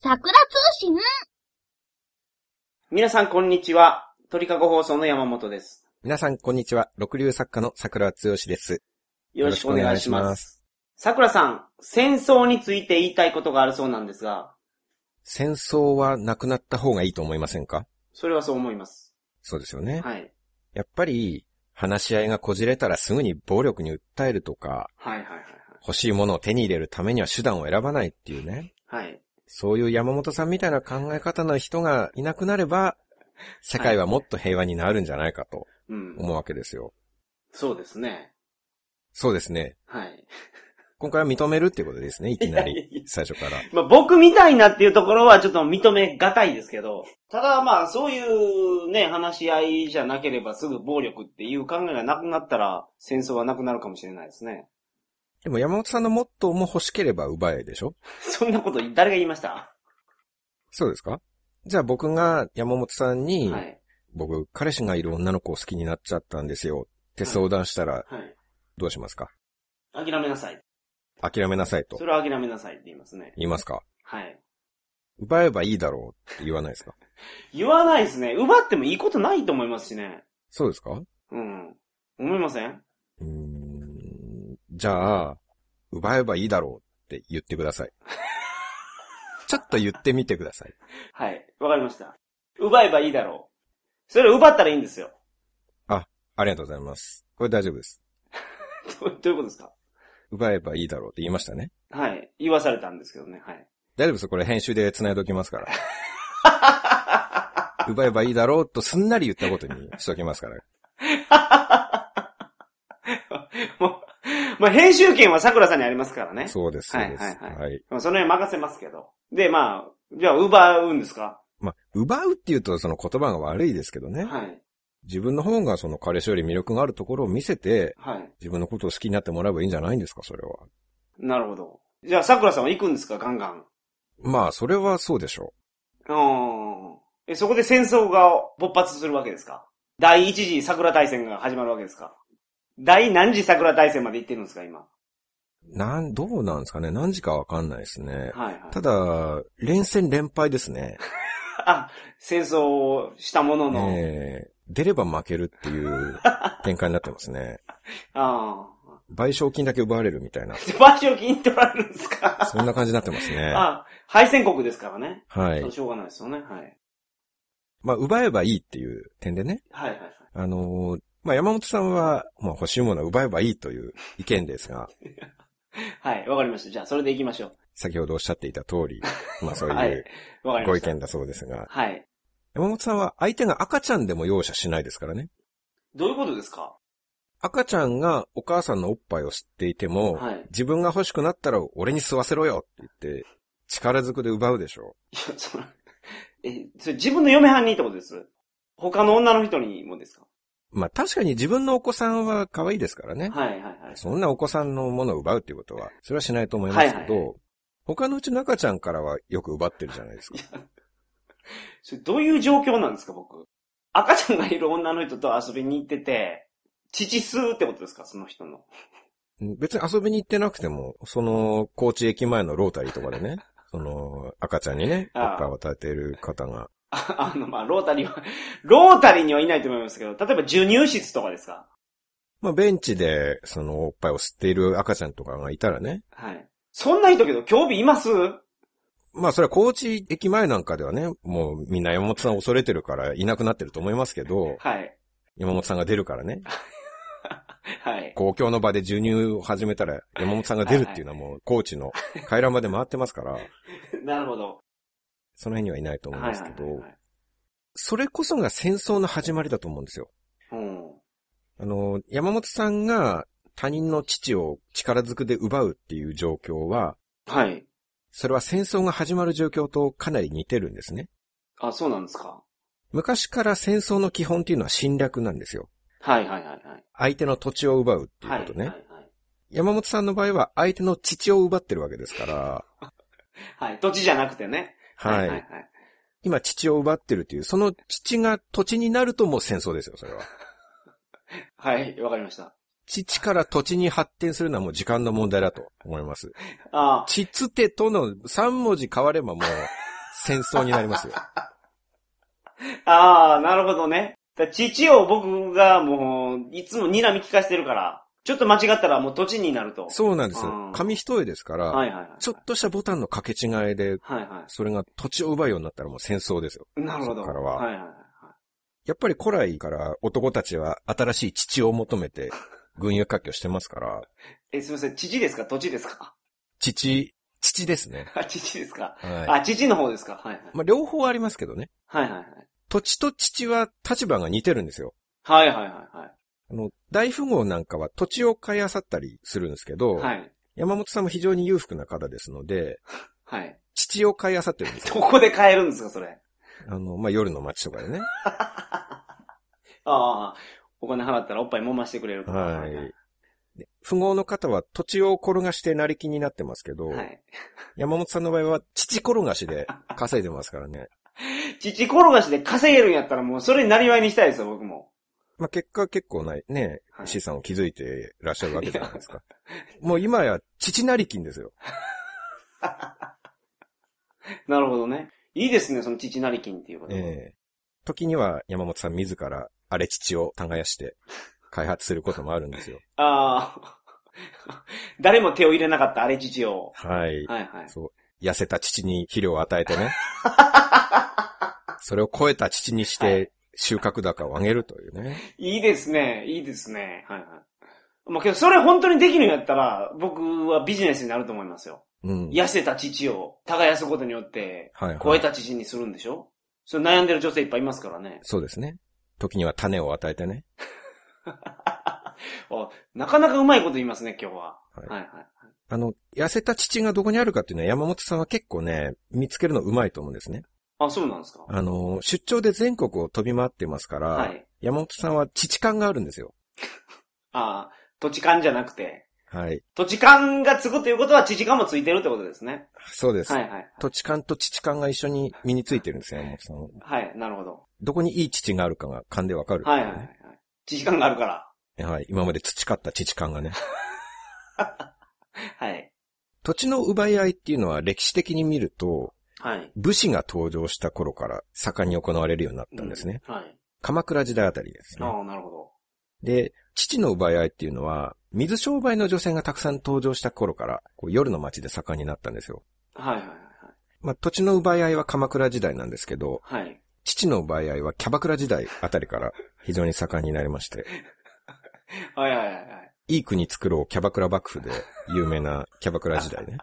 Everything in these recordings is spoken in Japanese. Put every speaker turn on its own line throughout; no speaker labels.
桜通信
皆さんこんにちは。鳥かご放送の山本です。
皆さん、こんにちは。六流作家の桜つよしです。
よろしくお願いし
よろくお願
ま
い
す。
す。
さくらさん、戦争について言いたいことがあるそうなんですが、
戦争はなくなった方がいいと思いませんか
それはそう思います。
そうですよね。
はい。
やっぱり、話し合いがこじれたらすぐに暴力に訴えるとか、
はいはいはい
欲しいものを手に入れるためには手段を選ばないっていうね。
はい。はい。
そういう山本さんみたいな考え方の人がいなくなれば、世界はもっと平和になるんじゃないかと
うん。
思うわけですよ。
そうですね。
そうですね。
はい。
今回は認めるってことですね、いきな
いやい やい
り
や。
最初から。
まあ僕みたいなっていうところはちょっと認めがたいですけど、ただまあそういうね、話し合いじゃなければすぐ暴力っていう考えがなくなったら戦争はなくなるかもしれないですね。
でも山本さんのモットーも欲しければ奪えでしょ
そんなこと誰が言いました、
そうですかじゃあ僕が山本さんに、
はい。
僕、彼氏がいる女の子を好きになっちゃったんですよって相談したら
はい。
どうしますか
諦めなさい。
諦めなさいと
それは諦めなさいって言いますね。
言いますか
はい。
奪えばいいだろうって言わないですか
言わないですね。奪ってもいいことないと思いますしね。
そうですか
うん。思いません
うーん、じゃあ、奪えばいいだろうって言ってく ださい。ちょっと言ってみてください。
はい。わかりました。奪えばいいだろう。それを奪ったらいいんですよ。
ありがとうございます。これ大丈夫です。
どどういうことですか
奪えばいいだろうって言いましたね。
はい。言わされたんですけどね。はい。
大丈夫です。これ編集で繋いでおきますから。奪えばいいだろうとすんなり言ったことにしときますから。
もう、まあ、編集権は桜さんにあります からね。
そうです、そうです。
は
はいい
はいまあその辺任せますけど。で、まあ、じゃあ奪うんですか
まあ、奪うっていうとその言葉が悪いですけどね。
はい。
自分の方がその彼氏より魅力があるところを見せて、
はい。
自分のことを好きになってもらえばいいんじゃないんですか、それは。
なるほど。じゃあ桜さんは行くんですかガンガン。
まあ、それはそうでしょ
うーん。え、そこで戦争が勃発するわけですか第一次桜大戦が始まるわけですか第何次桜大戦まで行ってるんですか今。
う。なん、どうなんですかね。何時かわかんないですね。
はいはい。
ただ、連戦連敗ですね。
あ、戦争をしたものの。
ええ出れば負けるっていう展開になってますね。
ああ。
賠償金だけ奪われるみたいな。
賠償金取られるんですか
そんな感じになってますね。
あ、敗戦国ですからね。
はい
それ。しょうがないですよね。はい。
まあ、奪えばいいっていう点でね。
はいはいはい。
あのーまあ、山本さんは、まあ、欲しいものは奪えばいいという意見で すが、
はい、わかりました。じゃあ、それで行きましょう。
先ほどおっしゃっていた通り、まあ、そう
はいいうわかり
ご
ま
意
した。
見だそうですが、
はい。
山本さんは相手が赤ちゃんでも容赦しないですからね。
どういうことですか
赤ちゃんがお母さんのおっぱいを吸っていても、
はい
自分が欲しくなったら俺に吸わせろよって言って、力ずくで奪うでしょ
いや、その、え、それ自分の嫁はんにってことです他の女の人にもですか
う。まあ、確かに自分のお子さんは可愛いですからね。
はいはいはい。
そんなお子さんのものを奪うっていうことは、それはしないと思いますけど、
はいは
他のうちの赤ちゃんからはよく奪ってるじゃないですか。
それどういう状況なんですか、僕。赤ちゃんがいる女の人と遊びに行ってて、父吸うってことですか、その人の。
うん別に遊びに行ってなくても、その、高知駅前のロータリーとかでね、その、赤ちゃんにね、お
ああ
っぱいを与えている方が、
ああの、まあ、ロータリーは、ロータリーにはいないと思いますけど、例えば授乳室とかですか
まあ、ベンチで、その、おっぱいを吸っている赤ちゃんとかがいたらね、
はい。そんな人けど、興味います
まあ、それは高知駅前なんかではね、もうみんな山本さん恐れてるからいなくなってると思いますけど、
はい。
山本さんが出るからね、
はい。
公共の場で授乳を始めたら山本さんが出るっていうのはもう高知の回覧まで回ってますから、
なるほど。
その辺にはいないと思い
はい
ます
は
け
い
ど、
はいはい。
それこそが戦争の始まりだと思うんですよ。
うん。
あの、山本さんが他人の父を力ずくで奪うっていう状況は、
はい。
それは戦争が始まる状況とかなり似てるんですね。
あ、そうなんですか。
昔から戦争の基本っていうのは侵略なんですよ。
はいはいはいはい。
相手の土地を奪うっていうことね。
はいはいはい
山本さんの場合は相手の父を奪ってるわけですから、
はい。土地じゃなくてね。
は
はい
い。今父を奪ってるっていう、その父が土地になるともう戦争ですよ、それは。
はい。はい。わかりました。
父から土地に発展するのはもう時間の問題だと思います。
ああ。
ちつてとの3文字変わればもう戦争になりますよ。
ああ、なるほどね。だから父を僕がもう、いつも睨み聞かしてるから、ちょっと間違ったらもう土地になると。
そうなんです
うん
よ。紙一重ですから、
はいはいはい。
ちょっとしたボタンの掛け違いで、
はいは
それが土地を奪うようになったらもう戦争ですよ。
い。なるほど。
そっからはい
はいはい。
やっぱり古来から男たちは新しい父を求めて軍友割拠してますから、
え、すみません。父ですか土地ですか
父、父ですね。
あ、父ですか
はい。
あ、父の方ですかはいはい。
まあ、両方ありますけどね。
はいはいはい。
土地と父は立場が似てるんですよ。
はいはいはいはい。
あの、大富豪なんかは土地を買い漁ったりするんですけど、
はい。
山本さんも非常に裕福な方ですので、
はい。
父を買い漁ってるんですよ。
どこで買えるんですか、それ。
あの、まあ、夜の街とかでね。
ああ、お金払ったらおっぱい揉ましてくれるとか。
はい
はい。
で富豪の方は土地を転がして成り金になってますけど、
はい。
山本さんの場合は父転がしで稼いでますからね。
父転がしで稼げるんやったらもうそれになりわいにしたいですよ、僕も。
まあ、結果結構ない、ね
は、い
資産を築いてらっしゃるわけじゃないですか。もう今や父成金ですよ。
なるほどね。いいですね、その父なり金っていうこと。
ええ時には山本さん自ら荒れ父を耕 して開発することもあるんですよ。
ああ、 誰も手を入れなかったあれ父を。
はい。
はいはい。
そう。痩せた父に肥料を与えて ね。それを超えた父にして収穫高を上げるというね。
いいですね、いいですね。はいはい。まあけど、それ本当にできるんやったら、僕はビジネスになると思いますよ。
うん。
痩せた父を耕すことによって、
はい、はい。
超えた父にするんでしょそれ悩んでる女性いっぱいいますからね。
そうですね。時には種を与えてね。
あなかなかうまいこと言いますね、今日は。
は
はいいはい。
あの、痩せた父がどこにあるかっていうのは山本さんは結構ね、見つけるのうまいと思うんですね。
あ、そうなんですか
あの、出張で全国を飛び回ってますから、
はい。
山本さんは父感があるんですよ。
ああ、土地勘じゃなくて、
はい。
土地勘がつくということは地地勘もついてるってことですね。
そうです。
はいはい。
土地感と父感が一緒に身についてるんですよ、山本さんは。
はい、なるほど。
どこにいい父があるかが勘でわかる、
はいはいはい。地地勘があるから。
い。はい。今まで培った父感がね。
はい。
土地の奪い合いっていうのは歴史的に見ると、
はい。
武士が登場した頃から盛んに行われるようになったんですね。
うん。はい。
鎌倉時代あたりですね。
ああ、なるほど。
で、父の奪い合いっていうのは、水商売の女性がたくさん登場した頃から、こう夜の街で盛んになったんですよ。
はいはいはい
まあ、土地の奪い合いは鎌倉時代なんですけど、
はい。はい。
父の奪い合いはキャバクラ時代あたりから非常に盛んになりまして、
はいはいはいはい。
いい国作ろうキャバクラ幕府で有名なキャバクラ時 代ね。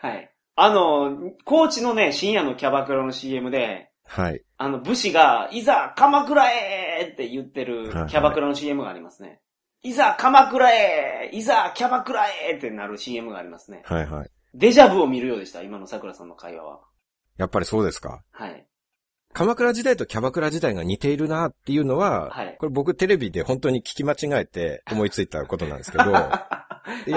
はい。あの、高知のね、深夜のキャバクラの CM で、
はい。
あの、武士が、いざ、鎌倉へって言ってる
はいはい
キャバクラの CM がありますね。いざ、鎌倉へいざ、キャバクラへってなる CM がありますね。
はいはい。
デジャブを見るようでした、今の桜さんの会話は。
やっぱりそうですか。
はい。
鎌倉時代とキャバクラ時代が似ているなっていうのは、
はい
これ僕テレビで本当に聞き間違 えて思いついたことなんですけど、や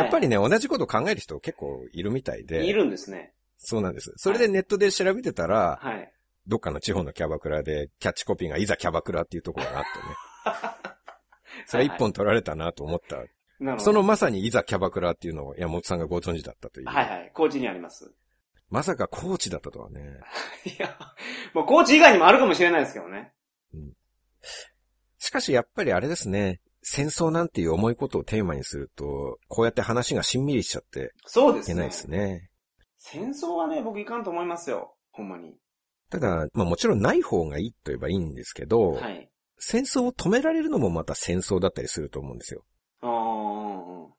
っぱりね、同じことを考える人結構いるみたいで、
いるんですね。
そうなんです。それでネットで調べてたら、
はい。
どっかの地方のキャバクラでキャッチコピーがいざキャバクラっていうところがあってね。それ一本取られたなと思った。
なるほど。
そのまさにいざキャバクラっていうのを山本さんがご存知だったという。
はいはい。高知にあります。
まさか高知だったとはね。
いや、もう高知以外にもあるかもしれないですけどね。
しかしやっぱりあれですね。戦争なんていう重いことをテーマにすると、こうやって話がしんみりしちゃって
そうで
い
す
け
ね。
ないですね。
戦争はね、僕いかんと思いますよ。ほんまに。
ただ、まあもちろんない方がいいと言えばいいんですけど、
はい。
戦争を止められるのもまた戦争だったりすると思うんですよ。
ああ、うんうん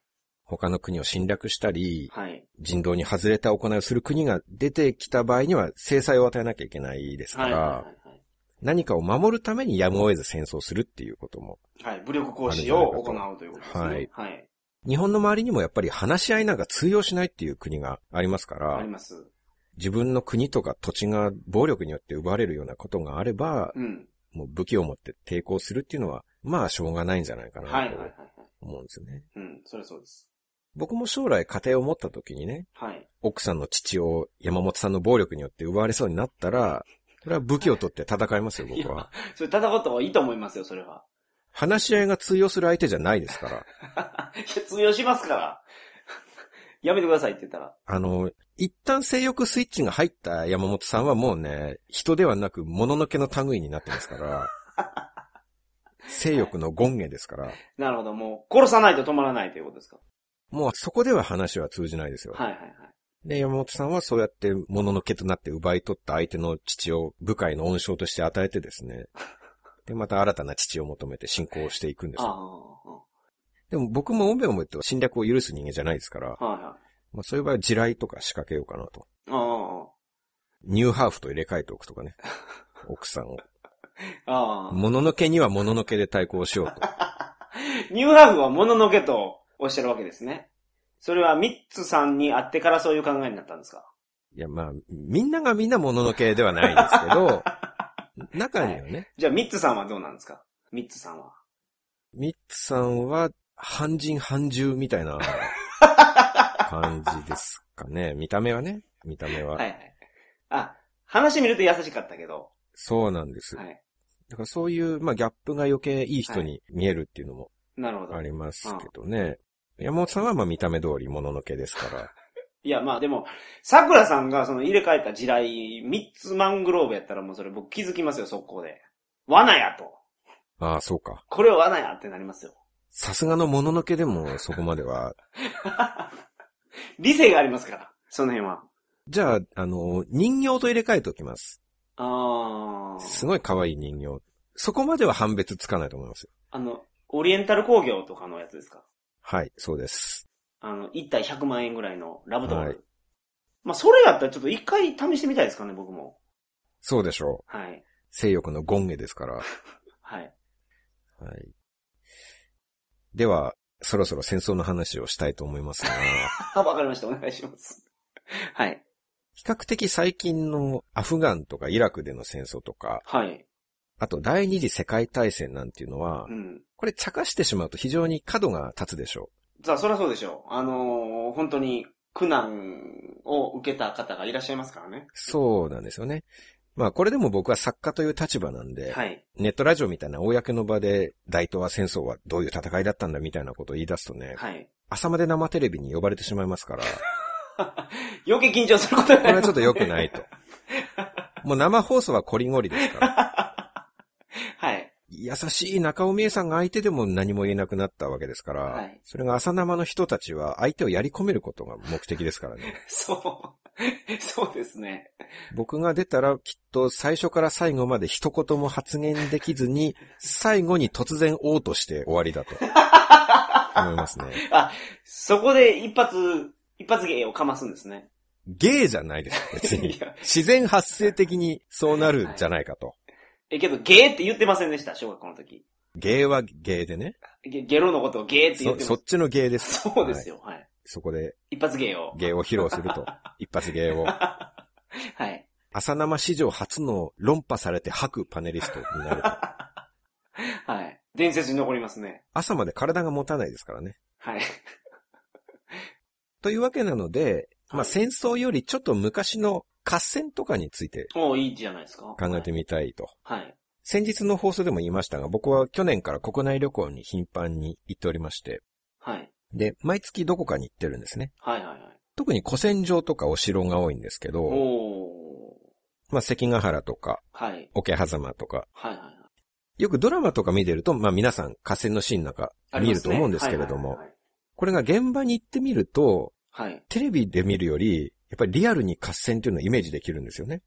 他の国を侵略したり、
はい。
人道に外れた行いをする国が出てきた場合には制裁を与えなきゃいけないですか
はい。
ら、
はいはい
何かを守るためにやむを得ず戦争をするっていうことも、
はい。武力行使を行うということですね。
はい
はい。
日本の周りにもやっぱり話し合いなんか通用しないっていう国がありますか
あ
ら
り、ます。
自分の国とか土地が暴力によって奪われるようなことがあれば、
うん。
もう武器を持って抵抗するっていうのは、まあしょうがないんじゃないか
はい
な
はいはいはい
と。思うんですよね。
うん。それそうです。
僕も将来家庭を持った時にね、
はい。
奥さんの父を山本さんの暴力によって奪われそうになったら、それは武器を取って戦いますよ、
いや
僕は。、
それ戦った方がいいと思いますよ、それは。
話し合いが通用する相手じゃないですから。
いや通用しますから。やめてくださいって言ったら。
あの、一旦性欲スイッチが入った山本さんはもうね、人ではなく、もののけの類になってま すから、性欲の権下ですから、
なるほど、もう、殺さないと止まらないということですか。
もうそこでは話は通じないですよ。
はいはいはい。
で、山本さんはそうやって、もののけとなって奪い取った相手の父を部下への恩賞として与えてで すね。で、また新たな父を求めて進行していくんです
あ
よ。
あ、
でも僕もオメオメと侵略を許す人間じゃないですから、
はいはい。
まあそういう場合は地雷とか仕掛けようかなと。
あ
ニューハーフと入れ替えておくと かね。奥さんを。
あ、ああ。
もののけにはもののけで対抗しようと。
ニューハーフはもののけとおっしゃるわけですね。それはミッツさんに会ってからそういう考えになったんですか
いや、まあ、みんながみんなもののけではないですけ ど、中にはね、
じゃあミッツさんはどうなんですかミッツさんは。
ミッツさんは、半人半獣 みたいな感じですかね。見た目はね。見た目は。
はいはい。あ、話見ると優しかったけど。
そうなんです。
はい。
だからそういう、まあ、ギャップが余計いい人に見えるっていうのも
なるほど
あ。りますけどね。山本さんは、まあ、見た目通りもののけですから。
いや、まあでも、桜さんがその入れ替えた地雷、三つマングローブやったらもうそれ僕気づきますよ、速攻で。罠やと。
ああ、そうか。
これは罠やってなりますよ。
さすがのもののけでも、そこまでは。
理性がありますから、その辺は。
じゃあ、あの、人形と入れ替えておきます。
あ
す
ー。
ごい可愛い人形。そこまでは判別つかないと思いますよ。
あの、オリエンタル工業とかのやつですか
はい、そうです。
あの、1体100万円ぐらいのラブドール。
はい
まあ、それやったらちょっと一回試してみたいですかね、僕も。
そうでしょう。
はい。
性欲の権下ですから。
はい。
はい。では、そろそろ戦争の話をしたいと思います が、
あ、 わかりました。お願いします。はい。
比較的最近のアフガンとかイラクでの戦争とか、
はい。
あと第二次世界大戦なんていうのは
う、ん。
これ茶化してしまうと非常に角が立つでしょ
さあ、そりゃそうでしょう。あのー本当に苦難を受けた方がいらっしゃいますからね
う。。そうなんですよね。まあこれでも僕は作家という立場なんで、
はい。
ネットラジオみたいな公の場で大東亜戦争はどういう戦いだったんだみたいなことを言い出すとね、
はい。
朝まで生テレビに呼ばれてしまいますから、
余計緊張することに
こ
なりま
れは
す
ちょっと良くないと。もう生放送はこりごりですから。
はい。
優しい中尾美恵さんが相手でも何も言えなくなったわけですから、
はい
それが朝生の人たちは相手をやり込めることが目的ですから ね。
そう。そうですね。
僕が出たらきっと最初から最後まで一言も発言できずに、最後に突然応として終わりだと。思いますね。
そこで一発、一発芸をかますんですね。
ゲーじゃないですよ、別に
い。や、
自然発生的にそうなるんじゃないかと。
え、けど、ゲーって言ってませんでした、小学校の時。
ゲーはゲーでね。
ゲゲロのことをゲーって言っ
そ、
てま
そっちのゲーです。
そうですよ、はい。
そこで
一発芸を。
芸を披露すると。一発芸 を。
はい。
浅生史上初の論破されて吐くパネリストに なると。
はい。伝説に残りますね。
朝まで体が持たないですからね。
はい。
というわけなので、ま
はい
あ戦争よりちょっと昔の合戦とかについて
もういいじゃないですか。
考えてみたいと。
はい。
先日の放送でも言いましたが、僕は去年から国内旅行に頻繁に行っておりまして、
はい。
で、毎月どこかに行ってるんですね。
はい、はい、はい。
特に古戦場とかお城が多いんですけど、
おー。
まあ関ヶ原とか、
はい。
桶狭間とか、
はい、はいはい。
よくドラマとか見てると、まあ皆さん合戦のシーンなんか
あり
見
ま
る
す
と
ね
思うんですけれども
は、い
これが現場に行ってみると、
はいはい。はい。
テレビで見るより、やっぱりリアルに合戦っていうのをイメージできるんですよね。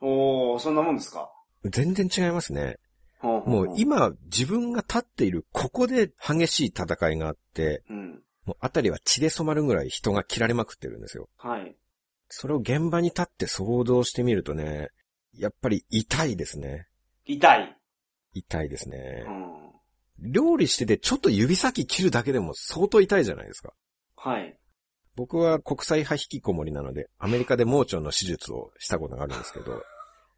おー、そんなもんですか。
全然違いますね。
ほうほ
も
う
う、今、自分が立っているここで激しい戦いがあって、
うん。
もうあたりは血で染まるぐらい人が切られまくってるんですよ。
はい。
それを現場に立って想像してみるとね、やっぱり痛いですね。
痛い。
痛いです
う
ね。
ん。
料理しててちょっと指先切るだけでも相当痛いじゃないですか。
はい。
僕は国際派引きこもりなので、アメリカで盲腸の手術をしたことがあるんですけど、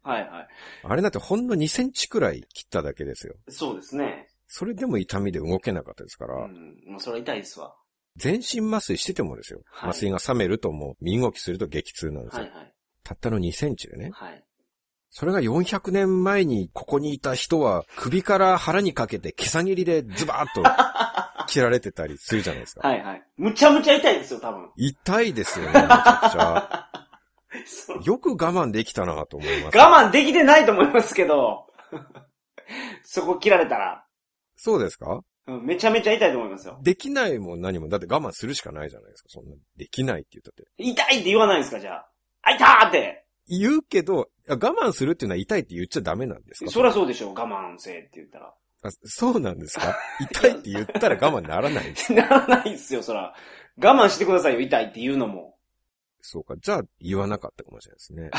はい、は
あれだってほんの2センチくらい切っただけですよ。
い。そうですね。
それでも痛みで動けなかったですか
う
ら、
ん。もうそれは痛いですわ。
全身麻酔しててもですよ。
はい
麻酔が冷めるともう身動きすると激痛なんです
は
よ。
い、はい。
たったの2センチでね。
はい。
それが400年前にここにいた人は首から腹にかけて毛さ切りでズバーッと 切られてたりするじゃないですか。
はいはい。むちゃむちゃ痛いですよ、多分。
痛いですよね、めちゃくちゃ。
そう
よく我慢できたなと思います。
我慢できてないと思いますけど、 そこ切られたら、
そうですか
うんめちゃめちゃ痛いと思いますよ。
できないも何も、だって我慢するしかないじゃないですか。そんな、できないって言ったって。
痛いって言わないんですか、じゃあ。あ、痛ーって。
言うけど、いや我慢するっていうのは痛いって言っちゃダメなんですか
そりゃそうでしょ、我慢せえって言ったら。
あそうなんで すか痛いって言ったら我慢ならないんです。
なら ないっすよ、そら。我慢してくださいよ、痛いって言うのも。
そうか。じゃあ、言わなかったかもしれないですね。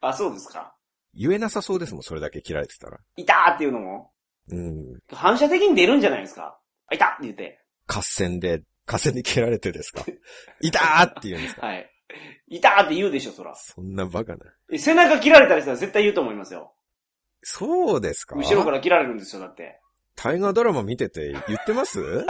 あ、そうですか。
言えなさそうですもん、それだけ切られてたら。
痛ーっていうのも。
うん。
反射的に出るんじゃないですか。あ、痛っって言って。
合戦で、合戦で切られてで すか痛ーって言うんですか
はい。痛ーって言うでしょ、そら。
そんなバカな。
え背中切られたりしたら絶対言うと思いますよ。
そうですか
後ろから切られるんですよ、だって。
大河ドラマ見てて言ってます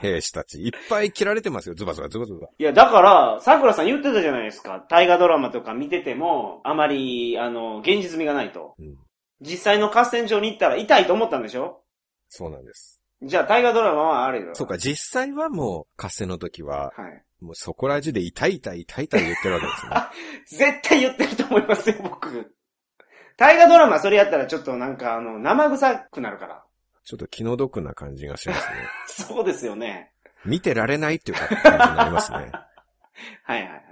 兵士たち。いっぱい切られてますよ。ズバズバズバズバ。
いや、だから、桜さん言ってたじゃないですか。大河ドラマとか見てても、あまり、あの、現実味がないと。
うん
実際の合戦場に行ったら痛いと思ったんでしょ
そうなんです。
じゃあ、大河ドラマはあれだ。
そうか、。実際はもう、合戦の時は、
はい。
もうそこら中で痛い痛い痛い痛い言ってるわけですね。
絶対言ってると思いますよ、僕。大河ドラマそれやったらちょっとなんか、あの、生臭くなるから。
ちょっと気の毒な感じがしますね。
そうですよね。
見てられないっていうか感じになりますね。
はいはいはい。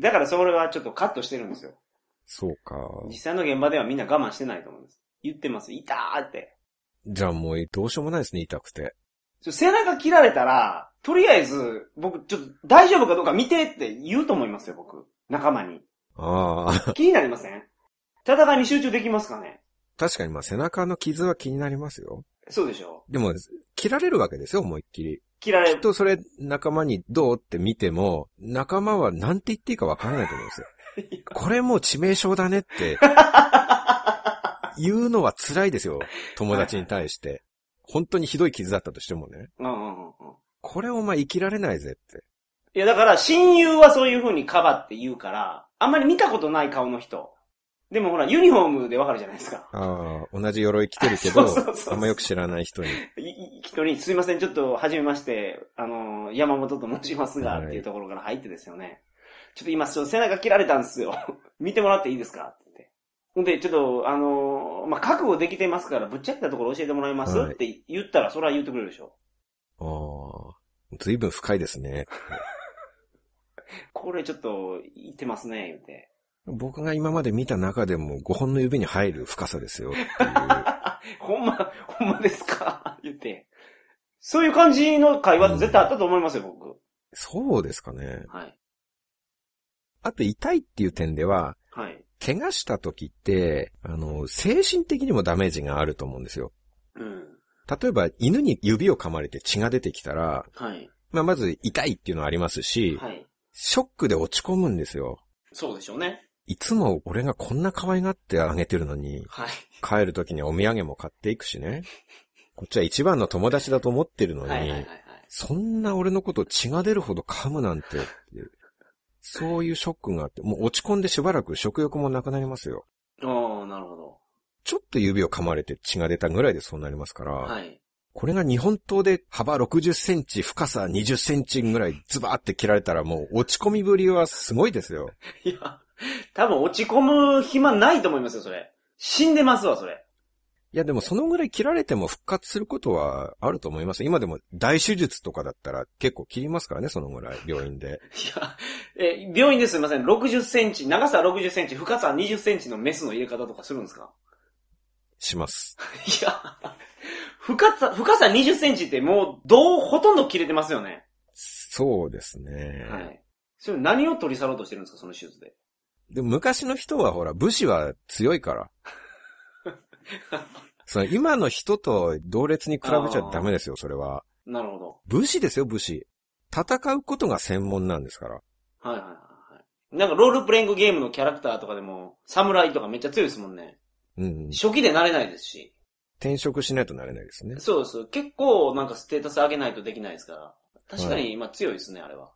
だからそれはちょっとカットしてるんですよ。
そうか。
実際の現場ではみんな我慢してないと思うんです。言ってます。痛ーって。
じゃあもうどうしようもないですね、痛くて。
ちょ背中切られたら、とりあえず、僕、ちょっと大丈夫かどうか見てって言うと思いますよ、僕。仲間に。
ああ、
気になりません戦いに集中できますかね
確かにまあ背中の傷は気になりますよ。
そうでしょ
でも、切られるわけですよ、思いっきり。
切ら
き
れ
っとそれ仲間にどうって見ても、仲間はなんて言っていいかわからないと思うんですよ。これもう致命傷だねって、言うのは辛いですよ、友達に対して。本当にひどい傷だったとしてもね。
うんうんうんうん。
これお前生きられないぜって。
いや、だから、親友はそういう風にカバって言うから、あんまり見たことない顔の人。でもほら、ユニフォームでわかるじゃないですか。
ああ、同じ鎧着てるけ ど
そうそうそう、そう
あんまよく知らない人に。
いい一人、すいません、ちょっと、はじめまして、あの、山本と申しますが、
はい
っていうところから入ってですよね。ちょっと今、そう背中切られたんですよ。 見てもらっていいですかって言って。ほんで、ちょっと、あの、まあ、覚悟できてますから、ぶっちゃけたところ教えてもらえます、
はい
って言ったら、それは言ってくれるでしょ。
ああ、随分深いですね。
これちょっと、言ってますね、言って。
僕が今まで見た中でも5本の指に入る深さです よっていう。
ほんま、ほんまですか 言って。そういう感じの会話って絶対あったと思いますよ、僕。
そうですかね。
はい。
あと痛いっていう点では、
はい。
怪我した時って、あの、精神的にもダメージがあると思うんですよ。
うん。
例えば、犬に指を噛まれて血が出てきたら、
はい。
まあ、まず痛いっていうのはありますし、
はい。
ショックで落ち込むんですよ。
そうでしょうね。
いつも俺がこんな可愛がってあげてるのに、
はい。
帰る時にはお土産も買っていくしね。こっちは一番の友達だと思ってるのに、
はいはいはいはい。
そんな俺のこと血が出るほど噛むなんてっていう、そういうショックがあって、もう落ち込んでしばらく食欲もなくなりますよ。
ああ、なるほど。
ちょっと指を噛まれて血が出たぐらいでそうなりますから、
はい。
これが日本刀で幅60センチ、深さ20センチぐらいズバーって切られたらもう落ち込みぶりはすごいですよ。
いや、多分落ち込む暇ないと思いますよ、それ。死んでますわ、それ。
いやでもそのぐらい切られても復活することはあると思います。今でも大手術とかだったら結構切りますからね、そのぐらい病院で。
いや、え、病院ですいません。60センチ、長さ60センチ、深さ20センチのメスの入れ方とかするんですか
します。
いや、深さ、深さ20センチってもう、どう、ほとんど切れてますよね。
そうですね。
はい。それ何を取り去ろうとしてるんですか、その手術で。
でも昔の人はほら、武士は強いから。 その今の人と同列に比べちゃダメですよ、それは。
なるほど。
武士ですよ、武士。戦うことが専門なんですから。
はいはいはいはい。なんかロールプレイングゲームのキャラクターとかでも、侍とかめっちゃ強いですもんね。
うん。
初期でなれないですし。
転職しないとなれないですね。
そうです。結構なんかステータス上げないとできないですから。確かに、まあ強いですね、あれは。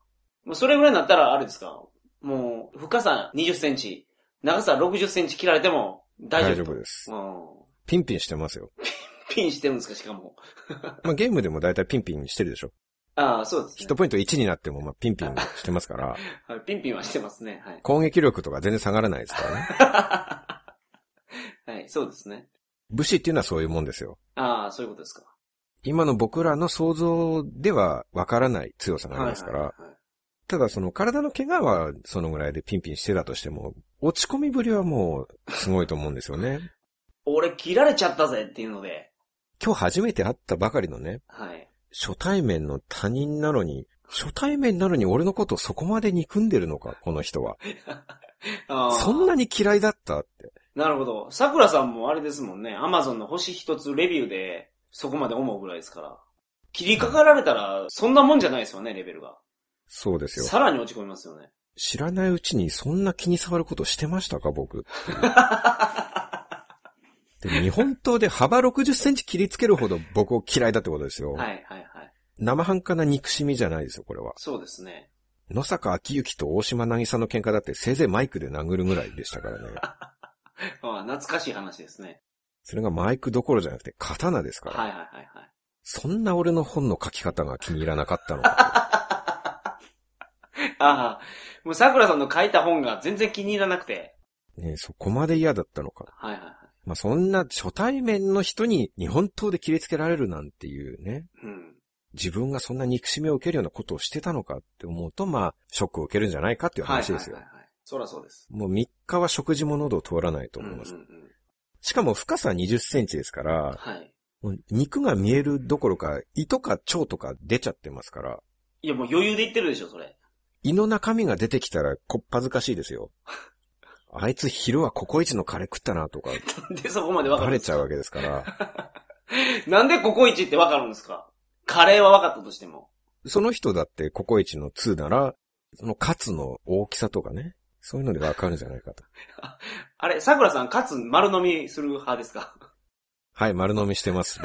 まあそれぐらいになったら、あれですか。もう、深さ20センチ、長さ60センチ切られても大丈夫。
大丈夫です
うん。
ピンピンしてますよ。
ピンしてるんですか、しかも。
まあゲームでも大体ピンピンしてるでしょ。
ああ、そうです、
ヒ
ね。
ットポイント1になってもまあピンピンしてますから、
はい、ピンピンはしてますね。はい。
攻撃力とか全然下がらないですからね。
はい、そうですね。
武士っていうのはそういうもんですよ。
ああ、そういうことですか。
今の僕らの想像ではわからない強さがありますから、
はいはいはい
ただその体の怪我はそのぐらいでピンピンしてたとしても、落ち込みぶりはもうすごいと思うんですよね。
俺、切られちゃったぜっていうので、
今日初めて会ったばかりのね、
はい。
初対面の他人なのに、初対面なのに俺のことそこまで憎んでるのか、この人は。
ああ
そんなに嫌いだったって。
なるほど。桜さんもあれですもんね。アマゾンの星一つレビューで、そこまで思うぐらいですから。切りかかられたら、そんなもんじゃないですよね、レベルが。
そうですよ。
さらに落ち込みますよね。
知らないうちにそんな気に障ることしてましたか、僕。 で日本刀で幅60センチ切りつけるほど僕を嫌いだってことですよ。
はい、はい、はい。
生半可な憎しみじゃないですよ、これは。
そうですね。
野坂昭之と大島渚の喧嘩だってせいぜいマイクで殴るぐらいでしたか らね。
ああ、懐かしい話ですね。
それがマイクどころじゃなくて刀ですから。
はい、はい、はい、はい。
そんな俺の本の書き方が気に入らなかった のか。
ああ、もう桜さんの書いた本が全然気に入らなくて。
ねえ、そこまで嫌だったのか。
はい、はい、はい。
まあ、そんな初対面の人に日本刀で切りつけられるなんていうね。
うん。
自分がそんな憎しみを受けるようなことをしてたのかって思うと、まあ、ショックを受けるんじゃないかっていう話ですよ。
はいはいはいはい、そらそうです。
もう3日は食事も喉を通らないと思います。
うんうんうん
しかも深さ20センチですから、
はい。
もう肉が見えるどころか、胃とか腸とか出ちゃってますから、
いや、もう余裕で言ってるでしょ、それ。
胃の中身が出てきたらこっぱずかしいです よ。あいつ昼はココイチのカレー食ったなとか、
で、そこまでわかる
バ
ん
レ
です
ちゃうわけですから、
なんでココイチってわかるんですかカレーはわかったとしても。
その人だってココイチの2なら、そのカツの大きさとかね、そういうのでわかるんじゃないかと。
あれ、桜さん、カツ丸飲みする派ですか
はい、丸飲みしてます。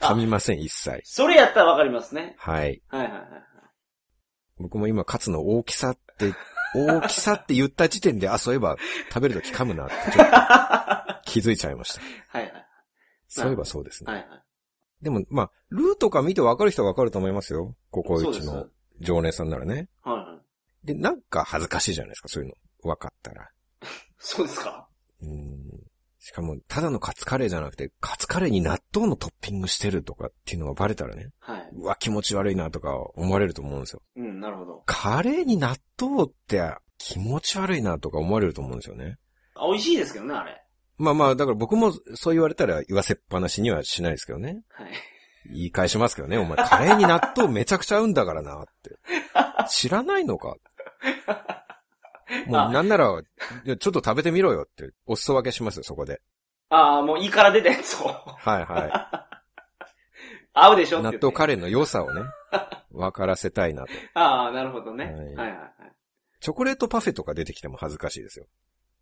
噛みません、一切。
それやったらわかりますね。
はい。
はいはいはいはい。
僕も今、カツの大きさって、大きさって言った時点で、あ、そういえば、食べるとき噛むなって、ちょっ と気づいちゃいました。
はいはい。
そういえばそうですね。
はいはい。
でも、まあ、ルーとか見てわかる人はわかると思いますよ。ココ
そ
イ
うで
チ
す。はい
の常連さんならね。
はい。
で、なんか恥ずかしいじゃないですか、そういうの。わかったら。
そうですか
うん。しかも、ただのカツカレーじゃなくて、カツカレーに納豆のトッピングしてるとかっていうのがバレたらね、
はい。
うわ、気持ち悪いなとか思われると思うんですよ。
うん、なるほど。
カレーに納豆って気持ち悪いなとか思われると思うんですよね。
あ美味しいですけどね、あれ。
まあまあ、だから僕もそう言われたら言わせっぱなしにはしないですけどね。
はい。
言い返しますけどね。お前カレーに納豆めちゃくちゃ合うんだからなって。知らないのか。もうなんなら、いやちょっと食べてみろよってお裾分けしますよ、そこで。
ああ、もう胃から出たやつを。
はいは
合うでし
い。
ょって
納
言って
豆カレーの良さをね、分からせたいなと。
ああ、なるほどね。
は
はいいはいはい。
チョコレートパフェとか出てきても恥ずかしいですよ。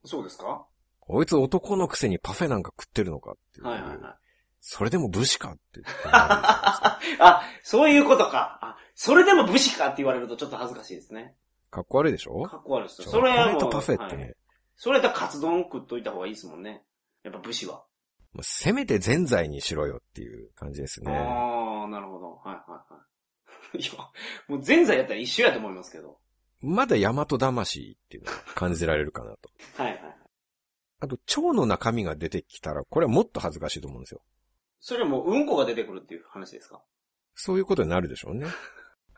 そうですかは
こいつ男のくせにパフェなんか食ってるのかって
い
いう。
はいはい。
それでも武士 かって。
あ、そういうことか。あ、それでも武士かって言われるとちょっと恥ずかしいですね。
かっこ悪いでしょ
かっこ悪いですよ。
チョ
そ
コ
れ
レ
はも
ー
う。
トパフェってね、
はいそれだったらカツ丼食っといた方がいいですもんね。やっぱ武士は。
もうせめてぜんざいにしろよっていう感じですね。
ああ、なるほど。はいはいはい。い や、もう前座やったら一緒やと思いますけど。
まだ大和魂っていうのが感じられるかなと。
はいはいはい。
あと、蝶の中身が出てきたら、これはもっと恥ずかしいと思うんですよ。
それもううんこが出てくるっていう話ですか
そういうことになるでしょう ね。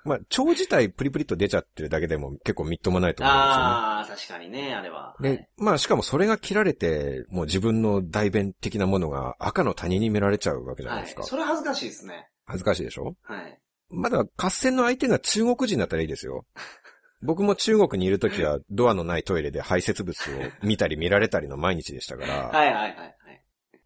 まあ、蝶自体プリプリと出ちゃってるだけでも結構みっともないと思うんですよね。
ああ、確かにね、あれは。はい
で、まあしかもそれが切られて、もう自分の代弁的なものが赤の他人に見られちゃうわけじゃない
は
で
い
すか。。
それ恥ずかしいですね。
恥ずかしいでしょ
はい。
まだ合戦の相手が中国人だったらいいですよ。 僕も中国にいるときはドアのないトイレで排泄物を見たり見られたりの毎日でしたから、
はいはいはいはい。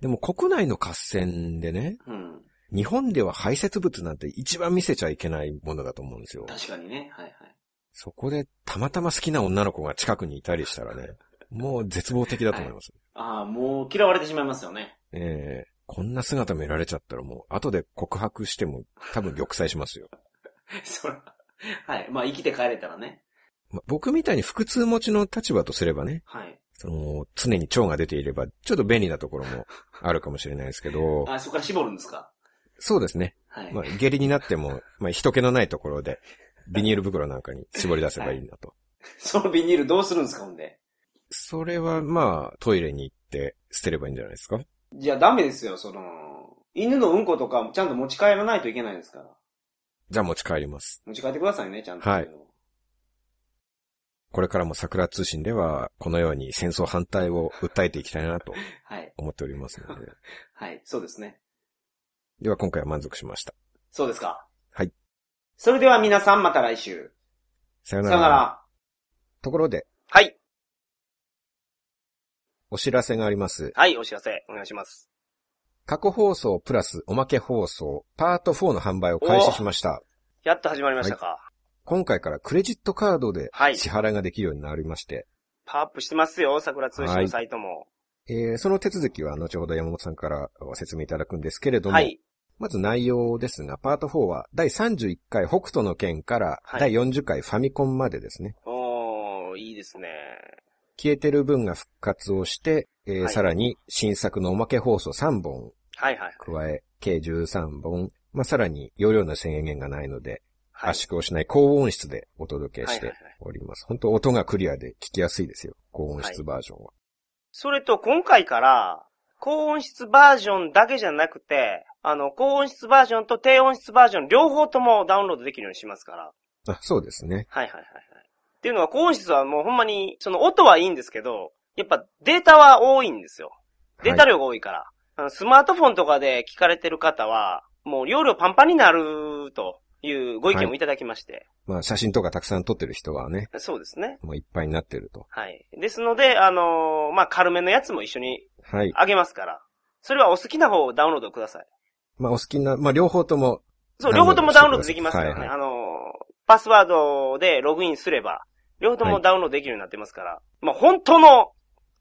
でも国内の合戦でね、
うん。
日本では排泄物なんて一番見せちゃいけないものだと思うんですよ。
確かにね。はいはい。
そこでたまたま好きな女の子が近くにいたりしたらね、もう絶望的だと思います。
ああ、もう嫌われてしまいます よね。
ええこんな姿見られちゃったらもう後で告白しても多分玉砕しますよ。
そら。はい。まあ生きて帰れたらね。
ま僕みたいに腹痛持ちの立場とすればね、
はい。
その、常に腸が出ていれば、ちょっと便利なところもあるかもしれないです けど、
あ、そこから絞るんですか
そうですね。
はい。
まあ、下痢になっても、まあ、人気のないところで、ビニール袋なんかに絞り出せばいいんだと。
そのビニールどうするんですか、ほんで。
それは、まあ、トイレに行って捨てればいいんじゃないですか
じゃあダメですよ、その、犬のうんことかもちゃんと持ち帰らないといけないですから。
じゃあ持ち帰ります。
持ち帰ってくださいね、ちゃんと。
はい。これからも桜通信では、このように戦争反対を訴えていきたいなと
はい。
思っておりますので。
はい。そうですね。
では今回は満足しました。
そうですか。
はい。
それでは皆さんまた来週。
さよ
さ
な
よ
ら。
なら。
ところで、
はい。
お知らせがあります。
はい、お知らせ、お願いします。
過去放送プラスおまけ放送、パート4の販売を開始しました。
やっと始まりま
した
か。
今回からクレジットカードで
はい
支払いができるようになりまして、
パワーアップしてますよ、桜通
信の
サイトも。
えーその手続きは後ほど山本さんからご説明いただくんですけれども、
はい。
まず内容ですが、パート4は第31回北斗の拳から
はい
第40回ファミコンまでですね、
おー、いいですね。
消えてる分が復活をして、えー
はい
さらに新作のおまけ放送3本
はいはい。
加え、計13本、まあ、さらに容量の制限がないので、
はい、
圧縮をしない高音質でお届けし
はい
て
はいはい
おります。本当音がクリアで聞きやすいですよ。高音質バージョンは。
それと今回から、高音質バージョンだけじゃなくて、あの、高音質バージョンと低音質バージョン両方ともダウンロードできるようにしますから。
あ、そうですね。
はいはいはいはい。っていうのは高音質はもうほんまに、その音はいいんですけど、やっぱデータは多いんですよ。データ
はい
量が多いから。あのスマートフォンとかで聞かれてる方は、もう容量パンパンになるというご意見をいただきまして。
まあ写真とかたくさん撮ってる人はね、
そうですね。
もういっぱいになってると。
はい。ですので、あのーまあ、軽めのやつも一緒に
はい。
あげますから。それはお好きな方をダウンロードください。
まあお好きな、まあ両方とも、
そう、
ダ
両
ウンロード
方ともダウンロードできますからね。
はいはい
あのー、パスワードでログインすれば、両方と
は
も
い
ダウンロードできるようになってますから。まあ、本当の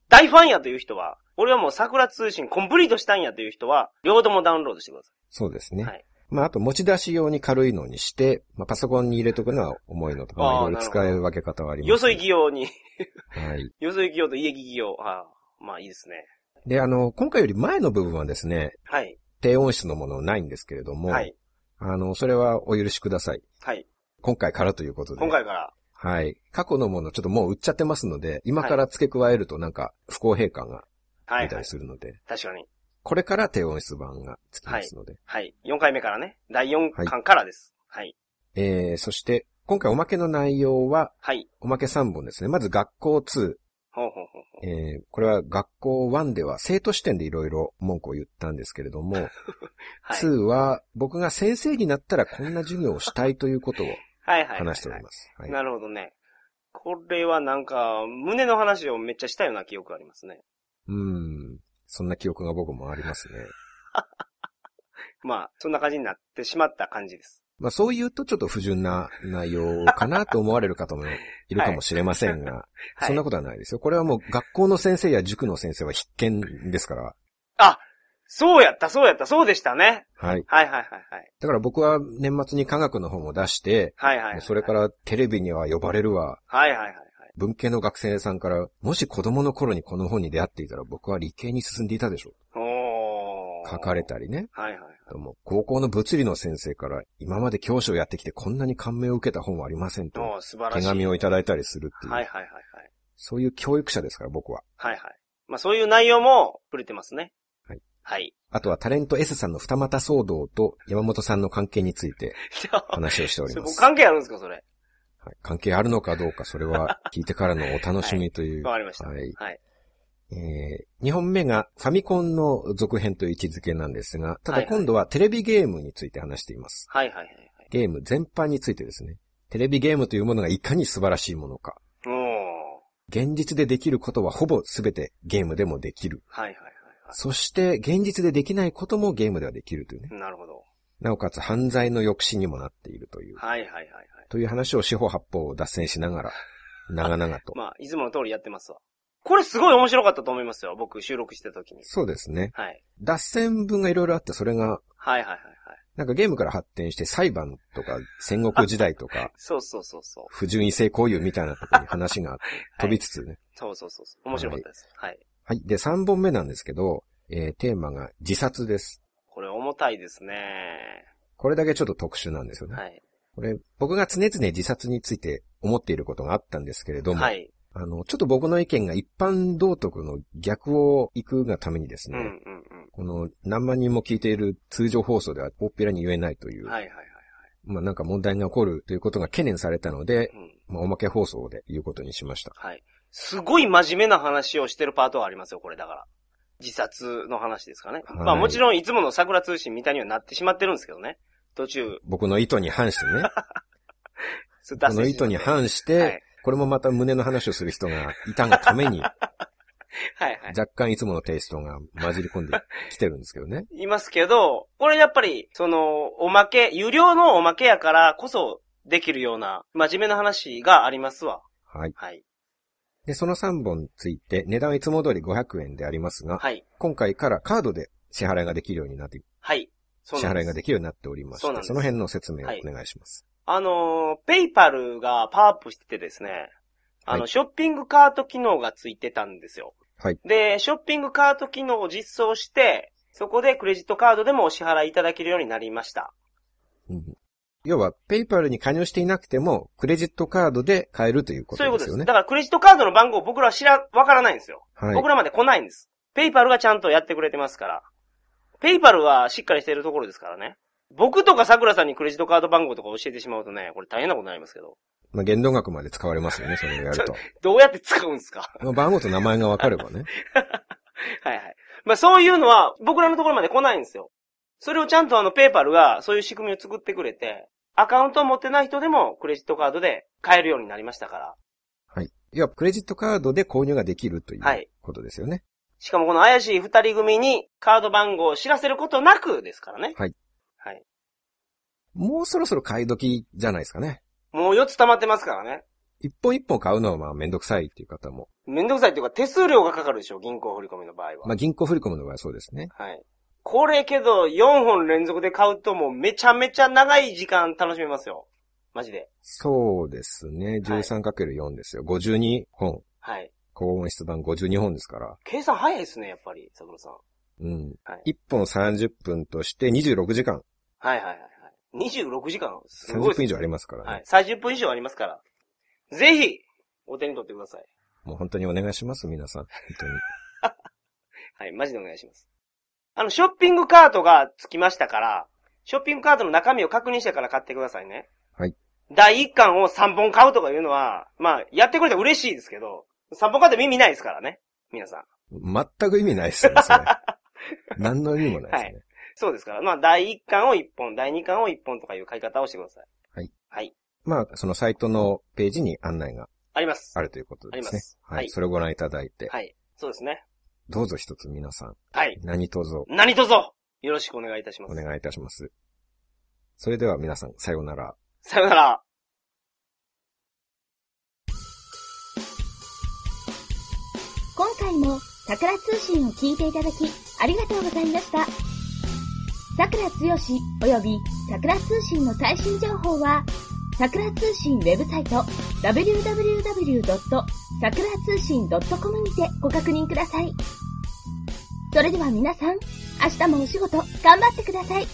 大ファンやという人は、俺はもう桜通信コンプリートしたんやという人は、両方ともダウンロードしてくださ
そうですね。
はい
まああと持ち出し用に軽いのにして、まあパソコンに入れとくのは重いのとか、まあ
あー
いろいろ使い分け方はあ
い。
ります、
よそ行き用に、
はい。
よそ行き用と家行き用。ああまあいいですね。
で、あの、今回より前の部分はですね、
はい。
低音質のものないんですけれども、
はい。
あの、それはお許しください。
はい。
今回からということで。
今回から。
はい。過去のものちょっともう売っちゃってますので、今から付け加えるとなんか不公平感が
は
出
い。
たりするので、
確かに。
これから低音質版が付きますので。
はい。4回目からね。第4巻からです。はい。
えー、そして、今回おまけの内容は、
はい。
おまけ3本ですね。まず学校2。
ほうほうほうほう。
えー、これは学校1では生徒視点でいろいろ文句を言ったんですけれども、
はい。
2は僕が先生になったらこんな授業をしたいということを
はいはいはい。
話しております。はい。
なるほどね。これはなんか、胸の話をめっちゃしたような記憶ありますね。
うん。そんな記憶が僕もありますね。
まあ、そんな感じになってしまった感じです。
まあそう言うとちょっと不純な内容かなと思われる方もいるかもしれませんが、
はい。
そんなことはないですよ。これはもう学校の先生や塾の先生は必見ですから。
そうやった、そうやった、そうでしたね。
はい。
はいはいはいはい。
だから僕は年末に科学の本を出して、
はいはい、はい。
それか。らテレビには呼ばれるわ、
はいはいはいはい。
文系の学生さんから、もし子供の頃にこの本に出会っていたら僕は理系に進んでいたでしょ
お
う。
ー。
書かれ。たりね。
はいはいはい。
でも高校の物理の先生から、今まで教師をやってきてこんなに感銘を受けた本はありませんと、
おー、素晴ら
手
しい。
紙をいた
い
だいたりするっていう、
はいはいはいはい。
そういう教育者ですから僕は。
はいはい。まあそういう内容も触れてますね。
はい。
はい。
あとはタレント S さんの二股騒動と山本さんの関係について
じ ゃあ、
話をしており
そ
ま
こ
す。
関係あるんですか、それ。
はい関係あるのかどうか、それは聞いてからのお楽しみという。
わかりました。
は
はいい。
えー、2本目がファミコンの続編という位置づけなんですが、た
は
だ
いはい
今度はテレビゲームについて話しています。
はいはいはいはい。
ゲーム全般についてですね。テレビゲームというものがいかに素晴らしいものか。
おー。
現実でできることはほぼ全てゲームでもできる。
はいはいはいはい。
そして現実でできないこともゲームではできるというね。
なるほど。
なおかつ犯罪の抑止にもなっているという。
はいはいはいはい。
という話を四方八方を脱線しな がら、長々と。
まあ、いつもの通りやってますわ。これすごい面白かったと思いますよ。僕収録してた時に。
そうですね。
はい。
脱線分がいろいろあって、それが
はいはいはいはい。
なんかゲームから発展して裁判とか戦国時代とか
そうそうそうそう。
不純異性交友みたいなところに話が飛びつつね。
そうそうそうそう。面白かったです。はい。
はい。で、3本目なんですけど、えー、テーマが自殺です。
これ重たいですね。
これだけちょっと特殊なんですよね。
はい。
これ、僕が常々自殺について思っていることがあったんですけれども、
はい。
あの、ちょっと僕の意見が一般道徳の逆を行くがためにです
う
ね、
んうん
この何万人も聞いている通常放送では大っぴらに言えないというう、
ん。はいはいはい。
まあなんか問題が起こるということが懸念されたので
う、ん。
まあおまけ放送で言うことにし ました。
はい。すごい真面目な話をしてるパートはありますよ、これだから。自殺の話ですかね。
はい
まあもちろんいつもの桜通信みたいにはなってしまってるんですけどね。途中、
僕の意図に 反してね、
そ
この意図に
し
反してて、
はい
これもまた胸の話をする人がいたがた めに、
はいはい。
若干いつものテイストが混じり込んできてるんですけどね。
いますけど、これやっぱり、その、おまけ、有料のおまけやからこそできるような真面目な話がありますわ。
はい。
はい。
で、その3本ついて、値段はいつも通り500円でありますが、
はい。
今回からカードで支払いができるようになって、
はい。
支
そうなん
払
で
い
す
ができるようになっておりまして、
そう
そ
なんです
の辺の説明をお願いします。
あのー、ペイパルがパワーアップしててですね、あの、
はい
ショッピングカート機能がついてたんですよ。
はい。
で、ショッピングカート機能を実装して、そこでクレジットカードでもお支払いいただけるようになりました。
うん要は、ペイパルに加入していなくても、クレジットカードで買えるというこ
そういうこ
とで
と
す
で
よ
す。
ね。
だからクレジットカードの番号僕らは知ら、わからないんですよ。
はい
僕。らまで来ないんです。ペイパルがちゃんとやってくれてますから。ペイパルはしっかりしてるところですからね。僕とか桜さんにクレジットカード番号とか教えてしまうとね、これ大変なことになりますけど。
まあ、言動学まで使われますよね、それをやる と。
どうやって使うんですか
まあ、番号と名前がわかればね。
はいはい。まあそういうのは僕らのところまで来ないんですよ。それをちゃんとあのペーパルがそういう仕組みを作ってくれて、アカウントを持ってない人でもクレジットカードで買えるようになりましたから。
はい。要は、クレジットカードで購入ができるとい
はいう
ことですよね。
しかもこの怪しい二人組にカード番号を知らせることなくですからね。
はい。
はい。
もうそろそろ買い時じゃないですかね。
もう4つ溜まってますからね。
一本一本買うのはまあめんどくさいっていう方も。
めんどくさいっていうか手数料がかかるでしょ、銀行振り込みの場合は。
まあ銀行振り込むの場合はそうですね。
はい。これけど4本連続で買うともうめちゃめちゃ長い時間楽しめますよ。マジで。
そうですね。13×4 ですよ。52本。
はい。
高音質版52本ですから。
計算早いですね、やっぱり、桜さん。
うん。
はい
一本30分として26時間。
はいはいはいはい。26時間すごい
30
です
分以上あ
り
りますからね。
ます。はい。30分以上ありますから。ぜひ、お手に取ってください。
もう本当にお願いします、皆さん。本当に。
はい、マジでお願いします。あの、ショッピングカートがつきましたから、ショッピングカートの中身を確認してから買ってくださいね。
はい。
第1巻を3本買うとかいうのは、まあ、やってくれて嬉しいですけど、3本買っても意味ないですからね。皆さん。
全く意味ないですよね、 それ。何の意味もないですね。
そうですから、まあ、第1巻を1本、第2巻を1本とかいう買い方をしてください。
まあ、そのサイトのページに案内が
あります。
あるということで
あ
す
りま
ね。
す
はい。
はい
それをご覧いただいて、
はい。そうですね。
どうぞ一つ皆さん、
はい。
何卒お
何卒よろしくお願いいたします。
願いいたします。それでは皆さん、さようなら。
さよなら。
今回も桜通信を聞いていただきありがとうございました。桜つよし及び桜通信の最新情報は桜通信ウェブサイト www. 桜通信 .com にてご確認ください。それでは皆さん、明日もお仕事頑張ってください。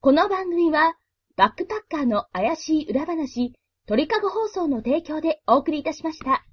この番組は、バックパッカーの怪しい裏話、鳥かご放送の提供でお送りいたしました。